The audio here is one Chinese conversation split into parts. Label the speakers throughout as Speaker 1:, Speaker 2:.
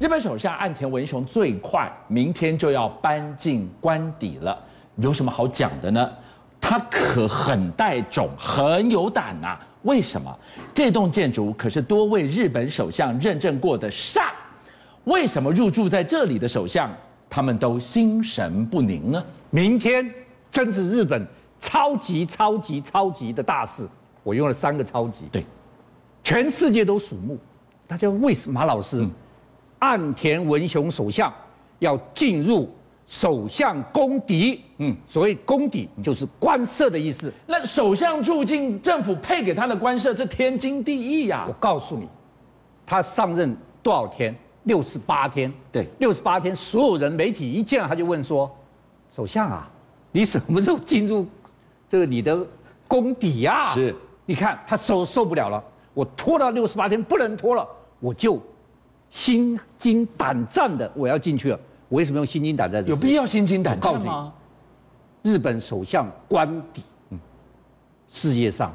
Speaker 1: 日本首相岸田文雄最快明天就要搬进官邸了，有什么好讲的呢？他可很带种，很有胆呐、啊。为什么？这栋建筑可是多位日本首相认证过的煞，为什么入住在这里的首相他们都心神不宁呢？
Speaker 2: 明天真是日本超级超级超级的大事，我用了三个超级，
Speaker 1: 对，
Speaker 2: 全世界都瞩目。大家为什么马老师、
Speaker 1: 嗯
Speaker 2: 岸田文雄首相要进入首相公邸？
Speaker 1: 嗯
Speaker 2: 嗯，所谓公邸就是官舍的意思。
Speaker 1: 那首相住进政府配给他的官舍，这天经地义呀、
Speaker 2: 我告诉你，他上任多少天？六十八天。
Speaker 1: 对
Speaker 2: 六十八天，所有人媒体一见到他就问说：“首相啊，你什么时候进入这个你的公邸呀、啊？”
Speaker 1: 是，
Speaker 2: 你看他受受不了了，我拖到六十八天不能拖了，我就心惊胆战的我要进去了。我为什么用心惊胆战这
Speaker 1: 有
Speaker 2: 事？
Speaker 1: 必要心惊胆
Speaker 2: 我告
Speaker 1: 战
Speaker 2: 诉
Speaker 1: 吗？
Speaker 2: 日本首相官邸，嗯世界上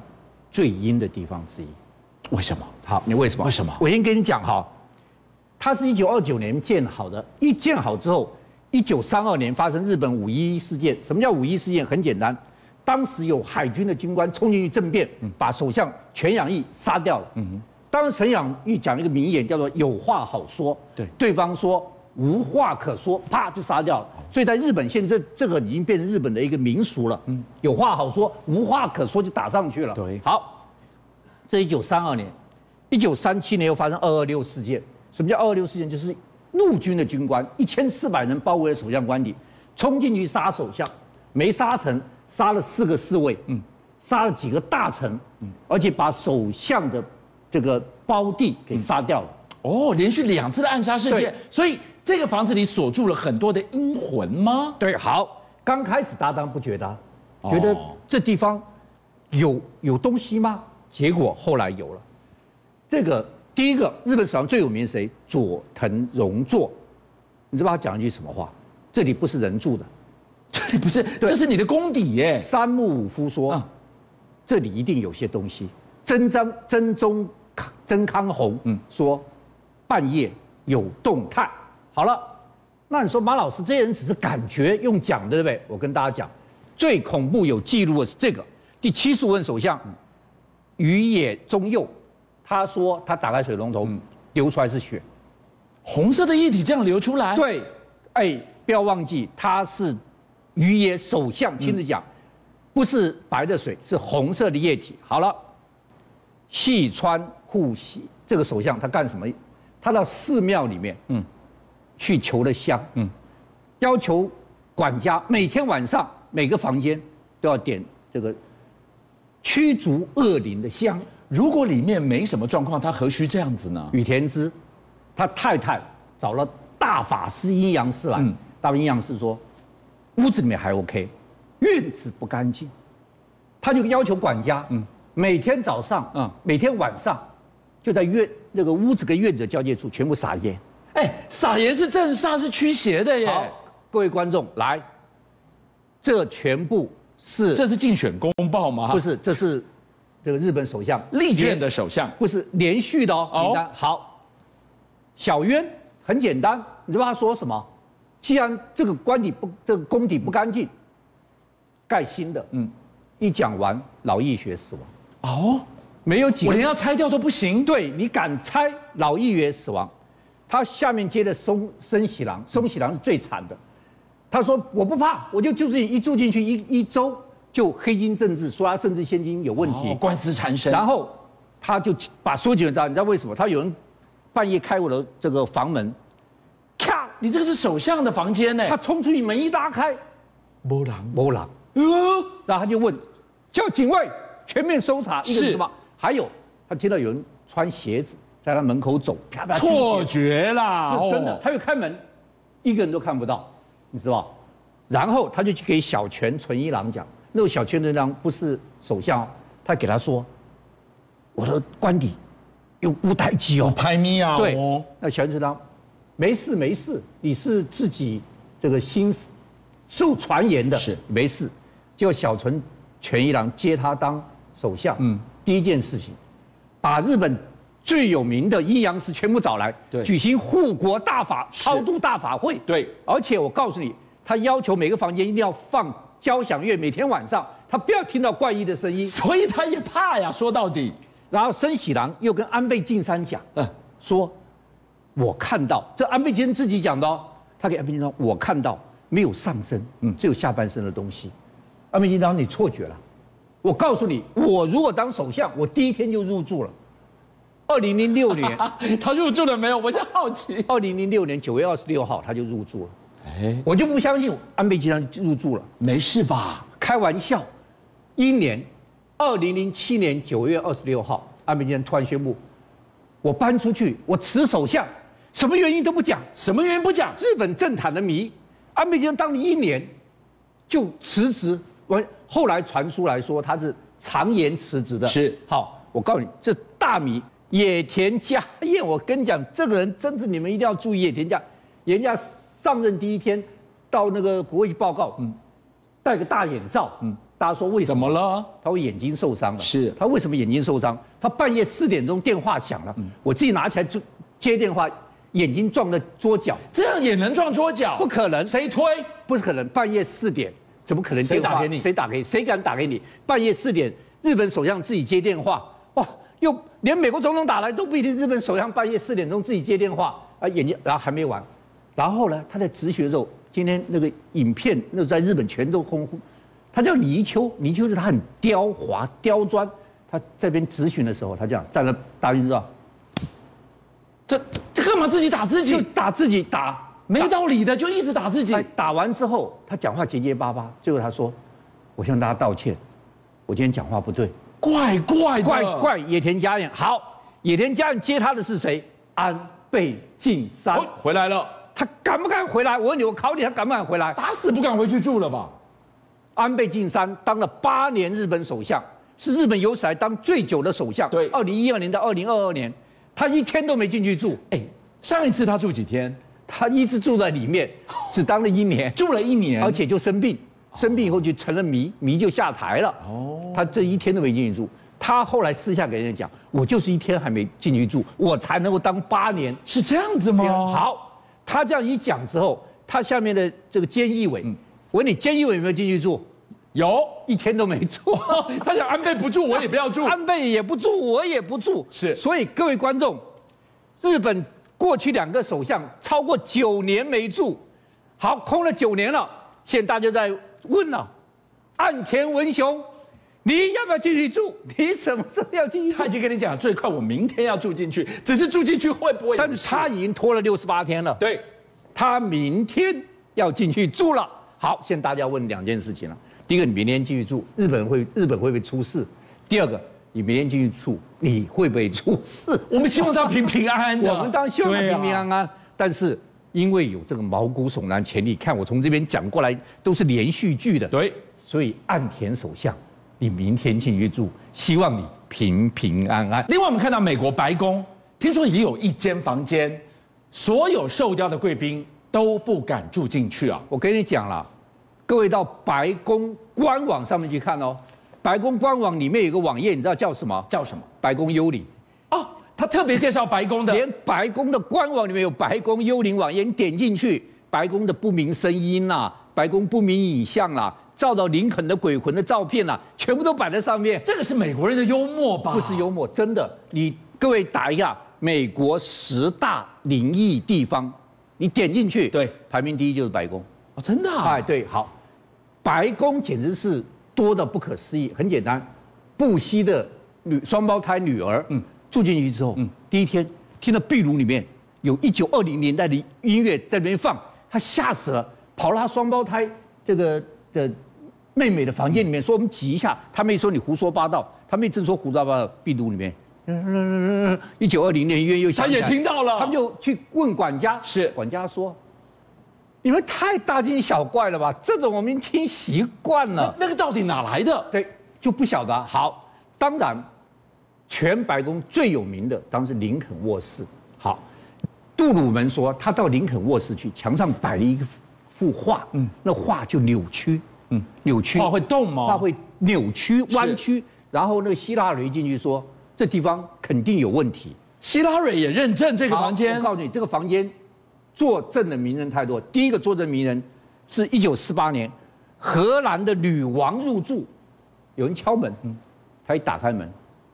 Speaker 2: 最阴的地方之一。
Speaker 1: 为什么？
Speaker 2: 好，你为什么？
Speaker 1: 为什么
Speaker 2: 我先跟你讲哈，它是一九二九年建好的，一建好之后，一九三二年发生日本五一事件。什么叫五一事件？很简单，当时有海军的军官冲进去政变，把首相全养义杀掉了。当时陈养义讲了一个名言，叫做“有话好说”，
Speaker 1: 对
Speaker 2: 对方说无话可说，啪就杀掉了。所以在日本现在这个已经变成日本的一个民俗了。嗯，有话好说，无话可说就打上去了。
Speaker 1: 对
Speaker 2: 好，这一九三二年，一九三七年又发生二二六事件。什么叫二二六事件？就是陆军的军官一千四百人包围了首相官邸，冲进去杀首相，没杀成，杀了四个侍卫，嗯，杀了几个大臣，嗯，而且把首相的这个胞弟给杀掉了。
Speaker 1: 哦，连续两次的暗杀事件
Speaker 2: 对，
Speaker 1: 所以这个房子里锁住了很多的阴魂吗？
Speaker 2: 对，好，刚开始搭档不觉得啊、
Speaker 1: 哦
Speaker 2: 觉得这地方有有东西吗？结果后来有了。这个第一个日本史上最有名是谁？佐藤荣作，你知道他讲一句什么话？这里不是人住的。
Speaker 1: 这里不是，这是你的功底耶。
Speaker 2: 山木武夫说，
Speaker 1: 啊
Speaker 2: 这里一定有些东西。真章真宗康真康弘说，半夜有动态。好了，那你说马老师这些人只是感觉用讲的，对不对？我跟大家讲，最恐怖有记录的是这个第七十五任首相于野中佑，他说他打开水龙头、流出来是血。
Speaker 1: 红色的液体这样流出来，，
Speaker 2: 对，哎，不要忘记他是于野首相亲自讲，不是白的水，是红色的液体。好了，细川护喜这个首相他干什么？他到寺庙里面，嗯，去求了香，嗯，要求管家每天晚上每个房间都要点这个驱逐恶灵的香。
Speaker 1: 如果里面没什么状况，它何须这样子呢？
Speaker 2: 羽田之，他太太找了大法师阴阳师来，
Speaker 1: 嗯
Speaker 2: 大阴阳师说，屋子里面还 OK，院子不干净，他就要求管家，每天早上，
Speaker 1: 嗯
Speaker 2: 每天晚上，就在院那个屋子跟院子的交界处全部撒盐。
Speaker 1: 哎，撒盐是正煞，是驱邪的
Speaker 2: 好
Speaker 1: 耶。，
Speaker 2: 各位观众来，这全部是
Speaker 1: 这是竞选公报吗？
Speaker 2: 不，是这是这个日本首相
Speaker 1: 历
Speaker 2: 连
Speaker 1: 任的首相
Speaker 2: 不是连续的哦。
Speaker 1: 哦
Speaker 2: 简单、好，小渊很简单，你知道他说什么？既然这个官邸不，这个宫邸不干净，盖新的。嗯，一讲完，老易学死亡，
Speaker 1: 哦，
Speaker 2: 没有几
Speaker 1: 我
Speaker 2: 个
Speaker 1: 连要拆掉都不行。
Speaker 2: 对你敢猜老议员死亡，他下面接的松森喜郎，松喜郎是最惨的。他说我不怕，我就住进一住进去一一周就黑金政治，说他政治现金有问题，
Speaker 1: 哦官司缠身。
Speaker 2: 然后他就把所有人抓，你知道为什么？他有人半夜开我的这个房门，咔，
Speaker 1: 你这个是首相的房间呢。
Speaker 2: 他冲出去门一拉开，
Speaker 1: 波浪，
Speaker 2: 没人。
Speaker 1: 呃，
Speaker 2: 然后他就问，叫警卫全面搜查，一个
Speaker 1: 是
Speaker 2: 人什么？还有，他听到有人穿鞋子在他门口走，啪啪
Speaker 1: 错觉啦，
Speaker 2: 那真的，
Speaker 1: 哦
Speaker 2: 他又开门，一个人都看不到，你知道吧？然后他就去给小泉纯一郎讲，那个小泉纯一郎不是首相、哦，他给他说，我的官邸有五台机
Speaker 1: 有
Speaker 2: 哦。
Speaker 1: 拍咪啊，
Speaker 2: 对
Speaker 1: 哦，
Speaker 2: 那小泉纯一郎，没事没事，你是自己这个心受传言的，
Speaker 1: 是
Speaker 2: 没事。结果小泉纯一郎接他当首相，嗯，第一件事情，把日本最有名的阴阳师全部找来，
Speaker 1: 对
Speaker 2: 举行护国大法、超度大法会。
Speaker 1: 对，
Speaker 2: 而且我告诉你，他要求每个房间一定要放交响乐，每天晚上他不要听到怪异的声音。
Speaker 1: 所以他也怕呀。说到底，
Speaker 2: 然后申喜郎又跟安倍晋三讲
Speaker 1: 嗯，
Speaker 2: 说，我看到这安倍晋三自己讲的、哦，他给安倍晋三说，我看到没有上身，嗯，只有下半身的东西。安倍晋三，你错觉了。我告诉你，我如果当首相，我第一天就入住了。二零零六年，
Speaker 1: 啊，他入住了没有？我就好奇。
Speaker 2: 二零零六年九月二十六号他就入住了，
Speaker 1: 哎，
Speaker 2: 我就不相信安倍晋三入住了。
Speaker 1: 没事吧？
Speaker 2: 开玩笑，一年，二零零七年九月二十六号，安倍晋三突然宣布，我搬出去，我辞首相，什么原因都不讲。
Speaker 1: 什么原因不讲？
Speaker 2: 日本政坛的谜，安倍晋三当了一年，就辞职。完，后来传出来说他是常言辞职的。
Speaker 1: 是
Speaker 2: 好，我告诉你，这大谜野田佳彦，我跟你讲，这个人真是你们一定要注意野田佳，人家上任第一天到那个国会去报告，嗯，戴个大眼罩，嗯，大家说为什
Speaker 1: 怎
Speaker 2: 么？
Speaker 1: 么了？
Speaker 2: 他说眼睛受伤了。
Speaker 1: 是
Speaker 2: 他为什么眼睛受伤？他半夜四点钟电话响了，我自己拿起来就接电话，眼睛撞了桌角。
Speaker 1: 这样也能撞桌角？
Speaker 2: 不可能，
Speaker 1: 谁推？
Speaker 2: 不可能，半夜四点怎么可能
Speaker 1: 谁
Speaker 2: 电话？
Speaker 1: 打给你
Speaker 2: 谁打给你？谁敢打给你？半夜四点，日本首相自己接电话，哇，又连美国总统打来都不一定，日本首相半夜四点钟自己接电话啊，眼睛然后还没完，然后呢，他在止血的时候，今天那个影片那在日本全都轰轰，他叫泥鳅，泥鳅是他很刁滑刁钻，他这边咨询的时候，他这样站在大运知道，
Speaker 1: 这这干嘛自己打自
Speaker 2: 就
Speaker 1: 己？
Speaker 2: 打自己打，
Speaker 1: 没道理的，就一直打自己
Speaker 2: 哎，打完之后，他讲话结结巴巴，最后他说：“我向大家道歉，我今天讲话不对，
Speaker 1: 怪怪的，
Speaker 2: 怪怪野田佳彦。”好，野田佳彦接他的是谁？安倍晋三
Speaker 1: 哦。回来了，
Speaker 2: 他敢不敢回来？我问你，我考你，他敢不敢回来？
Speaker 1: 打死不敢回去住了吧？
Speaker 2: 安倍晋三当了八年日本首相，是日本有史来当最久的首相。
Speaker 1: 对
Speaker 2: 二零一二年到二零二二年，他一天都没进去住，
Speaker 1: 哎，上一次他住几天？
Speaker 2: 他一直住在里面，只当了一年。
Speaker 1: 住了一年，
Speaker 2: 而且就生病，生病以后就成了迷，迷就下台了。
Speaker 1: 哦
Speaker 2: 哦，他这一天都没进去住。他后来私下给人家讲，我就是一天还没进去住，我才能够当八年。
Speaker 1: 是这样子吗？，
Speaker 2: 好，他这样一讲之后，他下面的这个菅义伟，我问你，菅义伟有没有进去住？
Speaker 1: 有。
Speaker 2: 一天都没住。
Speaker 1: 他想安倍不住，我也不要住。
Speaker 2: 安倍也不住，我也不住。
Speaker 1: 是
Speaker 2: 所以各位观众，日本过去两个首相超过九年没住，好，空了九年了，现在大家在问了，岸田文雄，你要不要继续住？你什么时候要继续住
Speaker 1: 他已？经跟你讲，最快我明天要住进去，只是住进去会不会有事？
Speaker 2: 但是他已经拖了六十八天了，
Speaker 1: 对
Speaker 2: 他明天要进去住了。好，现在大家问两件事情了，第一个，你明天继续住，日本会日本会不会出事？第二个，你明天继续住，你会不会出事？
Speaker 1: 我们希望他平平安安的。
Speaker 2: 我们当然希望他
Speaker 1: 对啊
Speaker 2: 平平安安，但是因为有这个毛骨悚然前例，看我从这边讲过来都是连续剧的，
Speaker 1: 对，
Speaker 2: 所以岸田首相，你明天进去住，希望你平平安安。
Speaker 1: 另外，我们看到美国白宫听说也有一间房间，所有受邀的贵宾都不敢住进去啊。
Speaker 2: 我跟你讲了，各位到白宫官网上面去看哦，白宫官网里面有个网页，你知道叫什么？
Speaker 1: 叫什么？
Speaker 2: 白宫幽灵。
Speaker 1: 哦，他特别介绍白宫的，
Speaker 2: 连白宫的官网里面有白宫幽灵网页，你点进去，白宫的不明声音啦、白宫不明影像啦、照到林肯的鬼魂的照片啦、啊全部都摆在上面，
Speaker 1: 这个是美国人的幽默吧？
Speaker 2: 不是幽默，真的。你各位打一下美国十大灵异地方，你点进去，
Speaker 1: 对，
Speaker 2: 排名第一就是白宫。
Speaker 1: 哦，真的、啊
Speaker 2: 哎，。对，好，白宫简直是多的不可思议。很简单，布希的女双胞胎女儿，嗯，住进去之后，嗯，第一天听到壁炉里面有一九二零年代的音乐在那边放，她吓死了，跑到她双胞胎这个的妹妹的房间里面说：“我们挤一下。”她妹说：“你胡说八道。”她妹正说胡说八道，壁炉里面。一九二零年音乐又响
Speaker 1: 他
Speaker 2: 起来，
Speaker 1: 也听到了，
Speaker 2: 他们就去问管家，
Speaker 1: 是
Speaker 2: 管家说：“你们太大惊小怪了吧？这种我们听习惯了。
Speaker 1: 那个到底哪来的”？
Speaker 2: 对，就不晓得啊。好，当然，全白宫最有名的当然是林肯卧室。好，杜鲁门说他到林肯卧室去，墙上摆了一幅画，嗯，那画就扭曲，嗯，扭曲，
Speaker 1: 话会动吗？
Speaker 2: 它会扭曲、弯曲。然后那个希拉蕊进去说，这地方肯定有问题。
Speaker 1: 希拉蕊也认证这个
Speaker 2: 好
Speaker 1: 房间
Speaker 2: 我告诉你，这个房间坐镇的名人太多。第一个坐镇名人是一九四八年荷兰的女王入住，有人敲门，
Speaker 1: 嗯
Speaker 2: 他一打开门，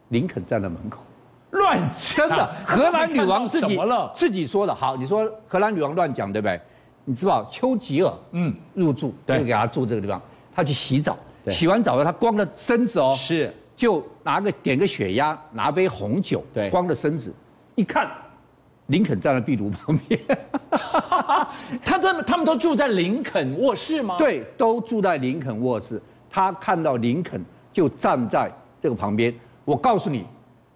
Speaker 2: 林肯站在门口。
Speaker 1: 乱讲，
Speaker 2: 真 的，荷兰女王自
Speaker 1: 怎
Speaker 2: 己
Speaker 1: 么了？
Speaker 2: 自己说的。好，你说荷兰女王乱讲对不对？你知道丘吉尔
Speaker 1: 嗯
Speaker 2: 嗯入住，
Speaker 1: 对
Speaker 2: 就给他住这个地方，他去洗澡，
Speaker 1: 对
Speaker 2: 洗完澡了他光着身子哦，
Speaker 1: 是
Speaker 2: 就拿个点个血压，拿杯红酒，
Speaker 1: 对
Speaker 2: 光着身子，一看，林肯站在壁炉旁边，
Speaker 1: 他真的，他们都住在林肯卧室吗？，
Speaker 2: 对，都住在林肯卧室，他看到林肯就站在这个旁边。我告诉你，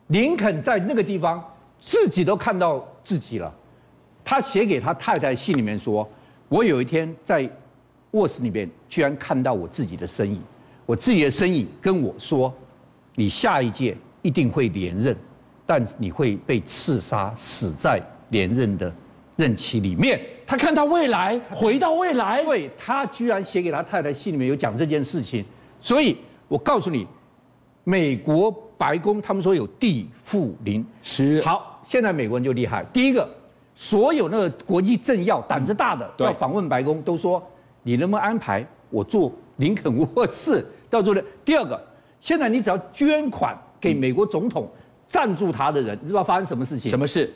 Speaker 2: 林肯在那个地方自己都看到自己了。他写给他太太信里面说：“我有一天在卧室里面居然看到我自己的身影，我自己的身影跟我说，你下一届一定会连任，但你会被刺杀，死在连任的任期里面。”
Speaker 1: 他看到未来，回到未来，
Speaker 2: 对他居然写给他太太信里面有讲这件事情，所以我告诉你，美国白宫他们说有地富林，
Speaker 1: 是
Speaker 2: 好，现在美国人就厉害。第一个，所有那个国际政要胆子大的
Speaker 1: 对
Speaker 2: 要访问白宫，都说你能不能安排我住林肯卧室？到做的。第二个，现在你只要捐款给美国总统赞助他的人，你知道发生什么事情？
Speaker 1: 什么事？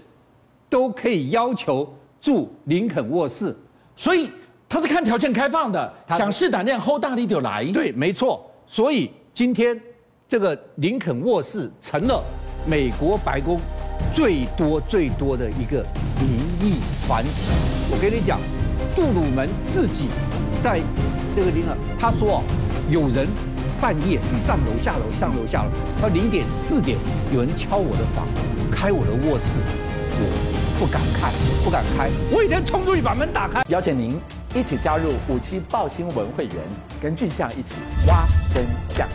Speaker 2: 都可以要求住林肯卧室。
Speaker 1: 所以他是看条件开放的，
Speaker 2: 他
Speaker 1: 想试胆量后大力就来。
Speaker 2: 对，没错。所以今天这个林肯卧室成了美国白宫最多最多的一个民意传奇。我跟你讲，杜鲁门自己在这个林肯，他说哦，有人半夜上楼下楼上楼下楼，到零点四点有人敲我的房，开我的卧室，我不敢看，不敢开，我一定冲出去把门打开。
Speaker 3: 邀请您一起加入五七报新闻会员，跟俊相一起挖真相。